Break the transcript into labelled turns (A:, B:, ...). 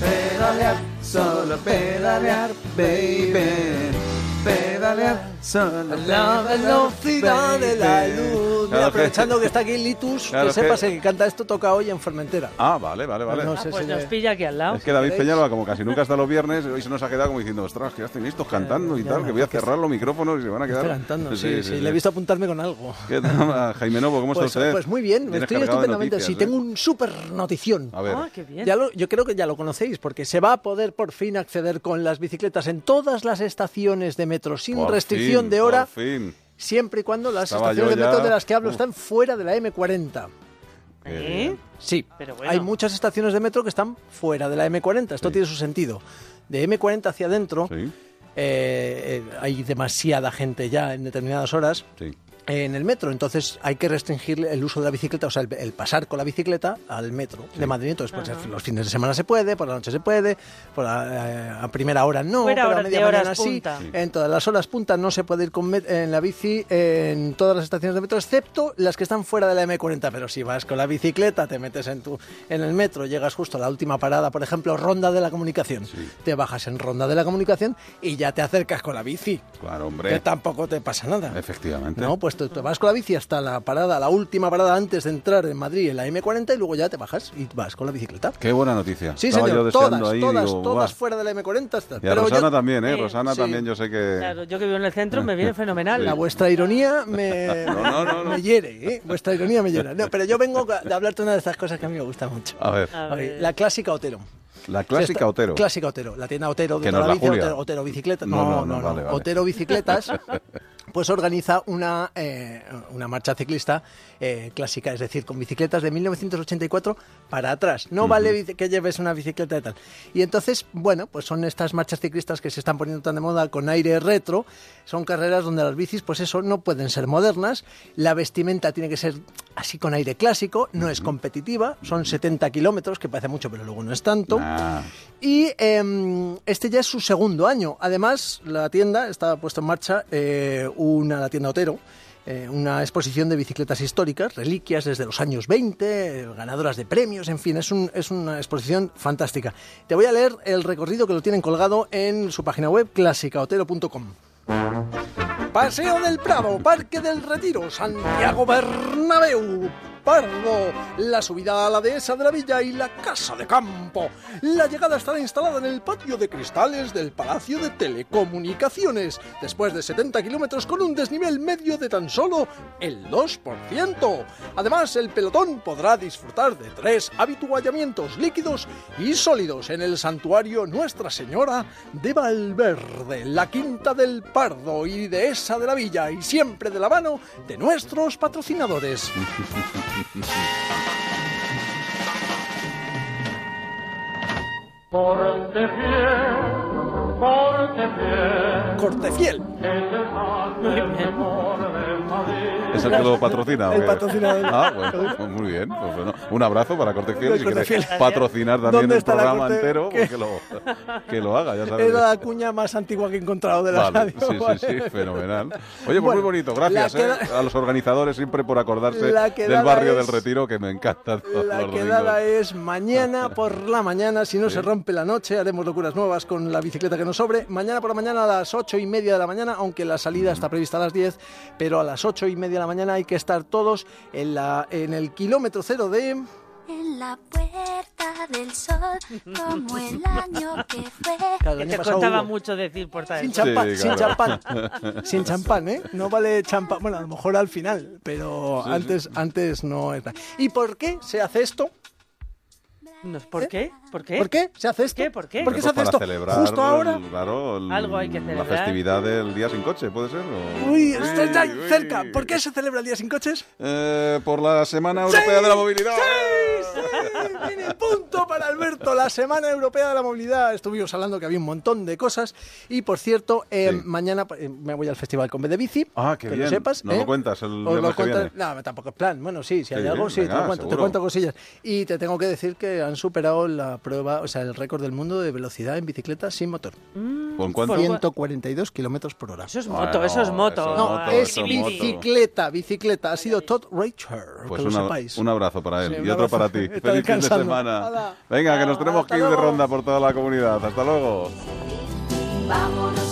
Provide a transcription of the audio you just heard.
A: pedalear, solo pedalear, baby. Pedalear, solo
B: La velocidad de la
A: baby.
B: luz. Mira,
A: Claro que-
B: aprovechando que está aquí Litus,
A: Claro
B: que
A: que-
B: sepas que el que canta esto toca hoy en Formentera.
A: Ah, vale, vale, vale.
B: No
C: Ah,
B: sé
C: pues
B: si
C: nos
B: le-
C: pilla aquí al lado.
A: Es que David
B: ¿Veis?
A: Peñalba, como casi nunca está los viernes, hoy se nos ha quedado como diciendo, ostras, que ya estén listos cantando y
B: ya,
A: tal, que voy a
B: que
A: cerrar los micrófonos y se van a quedar...
B: Está cantando, sí, sí, le he visto apuntarme con algo.
A: ¿Qué tal, Ah, Jaime Novo? ¿Cómo
B: Pues,
A: está usted?
B: pues muy bien,
A: Vienes
B: estoy
A: cargado de
B: estupendamente.
A: noticias,
B: sí,
A: ¿eh?
B: tengo un súper notición.
A: A ver,
C: Ah, qué bien.
B: Ya lo- yo creo que ya lo conocéis, porque se va a poder por fin acceder con las bicicletas en todas las estaciones de metro sin
A: Por
B: restricción
A: fin,
B: de hora,
A: Por fin.
B: siempre y cuando las
A: Estaba
B: estaciones
A: yo
B: de metro
A: ya-
B: de las que hablo
A: Uf.
B: están fuera de la M40.
A: Qué
C: ¿Eh?
A: bien.
B: Sí,
C: Pero bueno.
B: hay muchas estaciones de metro que están fuera de la M40. Esto
A: Sí.
B: tiene su sentido. De M40 hacia adentro
A: Sí,
B: eh, eh, hay demasiada gente ya en determinadas horas
A: sí.
B: en el metro. Entonces hay que restringir el uso de la bicicleta, o sea, el, el pasar con la bicicleta al metro de Madrid. Entonces, pues, los fines de semana se puede, por la noche se puede, por la, eh, a primera hora no,
C: Fuera
B: pero a
C: horas
B: media
C: de horas
B: mañana sí.
C: punta. Sí.
B: En todas las horas punta no se puede ir con met- en la bici en todas las estaciones de metro, excepto las que están fuera de la M40. Pero si vas con la bicicleta, te metes en, tu, en el metro, llegas justo a la última parada, por ejemplo, Ronda de la Comunicación. Te bajas en Ronda de la Comunicación y ya te acercas con la bici.
A: Claro,
B: Que
A: hombre.
B: tampoco te pasa nada.
A: Efectivamente.
B: No, pues tú, tú vas con la bici hasta la parada, la última parada antes de entrar en Madrid, en la M40, y luego ya te bajas y vas con la bicicleta.
A: Qué buena noticia.
B: Sí,
A: Estaba yo
B: señor,
A: deseando
B: todas,
A: ahí,
B: todas,
A: digo,
B: todas
A: "Buah".
B: fuera de la M40. hasta-
A: Y a
B: yo-
A: Rosana también, ¿eh?
C: Sí,
A: Rosana
B: sí.
A: también, yo sé que...
C: Claro, yo que vivo en el centro me viene fenomenal.
B: la vuestra ironía me,
A: No, no, no, no.
B: me hiere, ¿eh? Vuestra ironía me hiere. No, pero yo vengo a- de hablarte de una de estas cosas que a mí me gusta mucho.
A: A ver,
C: A
B: A ver,
C: ver.
B: La clásica Otero.
A: la clásica
B: Esta-
A: Otero.
B: Clásica Otero. La tienda Otero de
A: Que no
B: toda
A: es
B: la
A: la
B: vida,
A: Julia.
B: Otero, Otero Bicicletas.
A: No,
B: No,
A: no,
B: no,
A: no,
B: no.
A: vale, vale.
B: Otero Bicicletas, pues organiza una, eh, una marcha ciclista eh, clásica, es decir, con bicicletas de 1984 para atrás. No vale bici- que lleves una bicicleta y tal. Y entonces, bueno, pues son estas marchas ciclistas que se están poniendo tan de moda con aire retro. Son carreras donde las bicis, pues eso, no pueden ser modernas. La vestimenta tiene que ser así con aire clásico, no es competitiva. Son 70 kilómetros, que parece mucho, pero luego no es tanto.
A: Nah.
B: Y em, este ya es su segundo año. Además, la tienda está puesta en marcha eh, una, la tienda Otero. eh, una exposición de bicicletas históricas, reliquias desde los años 20, eh, ganadoras de premios, en fin, es, un- es una exposición fantástica. Te voy a leer el recorrido que lo tienen colgado en su página web clásicaotero.com. Paseo del Prado, Parque del Retiro, Santiago Bernabéu, Pardo, la subida a la dehesa de la villa y la casa de campo. La llegada estará instalada en el patio de cristales del Palacio de Telecomunicaciones, después de 70 kilómetros con un desnivel medio de tan solo el 2%. Además, el pelotón podrá disfrutar de tres habituallamientos líquidos y sólidos en el santuario Nuestra Señora de Valverde, la Quinta del Pardo y Dehesa de la Villa, y siempre de la mano de nuestros patrocinadores.
D: Porte fiel, porte fiel,
B: Cortefiel,
C: Muy bien.
A: ¿Es el que lo patrocina? o
B: El
A: qué?
B: patrocinador.
A: Ah, bueno, pues muy bien. pues bueno. Un abrazo para Corte Fiel.
B: Pues
A: Si
B: Corte
A: quiere
B: Fiel.
A: patrocinar también
B: ¿Dónde
A: el
B: está la
A: programa
B: Corte?
A: entero,
B: ¿Qué?
A: pues que lo, que lo haga, ya sabes.
B: era la cuña más antigua que he encontrado de la
A: Vale,
B: radio.
A: sí,
B: ¿vale?
A: sí, sí, fenomenal. Oye, pues
B: Bueno,
A: muy bonito, gracias
B: la queda-
A: eh, a los organizadores siempre por acordarse
B: La
A: del
B: quedada
A: barrio
B: es-
A: del Retiro, que me encanta. todos
B: La
A: los
B: quedada
A: domingos.
B: es mañana por la mañana. Si no se rompe la noche, haremos locuras nuevas con la bicicleta que nos sobre. Mañana por la mañana a las ocho y media de la mañana, aunque la salida
A: Mm.
B: está prevista a las 10, pero a las ocho y media de la mañana hay que estar todos en, la, en el kilómetro cero de...
E: En la puerta del sol, como el año que fue.
B: Claro, el
C: Que
B: año
C: te
B: pasado
C: costaba
B: hubo.
C: mucho decir por tal.
B: Sin champán,
A: Sí,
B: sin
A: claro.
B: champán. Sin champán, ¿eh? No vale champán. Bueno, a lo mejor al final, pero antes, antes no era. ¿Y por qué se hace esto?
C: No, ¿Por qué? ¿Por qué?
B: ¿Por qué se hace esto?
C: ¿Eh? ¿Qué? ¿Por qué?
B: ¿Por qué
A: Pues
B: se hace
A: para
B: esto?
A: celebrar
B: Justo ahora.
A: el- claro, el-
C: Algo hay que
A: La
C: celebrar.
A: festividad del día sin coche, ¿puede ser? o-
B: Uy, está ya
A: Uy, uy.
B: cerca. ¿Por qué se celebra el Día sin Coches?
A: Eh, por la Semana Europea de la Movilidad.
B: ¡Sí! ¡Sí! Tiene punto para Alberto. La Semana Europea de la Movilidad. Estuvimos hablando que había un montón de cosas. Y por cierto, eh,
A: Sí.
B: mañana eh, me voy al Festival Combe de Bici.
A: Ah, qué
B: que
A: bien.
B: lo sepas.
A: Nos
B: ¿eh?
A: lo cuentas el
B: Os
A: viernes
B: lo
A: que
B: cuento-
A: viene.
B: No, tampoco es plan. Bueno, sí, si hay
A: Sí,
B: algo, sí, te,
A: venga,
B: lo cuento, te
A: seguro.
B: cuento cosillas. Y te tengo que decir que han superado la prueba, o sea, el récord del mundo de velocidad en bicicleta sin motor.
A: ¿Con cuánto?
C: Por-
B: 142 kilómetros por hora.
C: Eso es
A: Bueno,
C: moto, eso es moto. Ah,
A: eso
B: No,
A: moto,
B: es
A: eso es moto.
B: bicicleta, bicicleta. Ha sido Todd Reicher,
A: Pues
B: que lo
A: una-
B: sepáis.
A: un abrazo para él
B: Sí,
A: y
B: un
A: otro
B: abrazo.
A: para ti.
B: Está
A: Feliz fin de
B: descansando trabajando.
A: semana.
B: Hala.
A: Venga, que nos tenemos
B: Hasta
A: que ir de
B: luego.
A: ronda por toda la comunidad. Hasta luego.
E: Vámonos.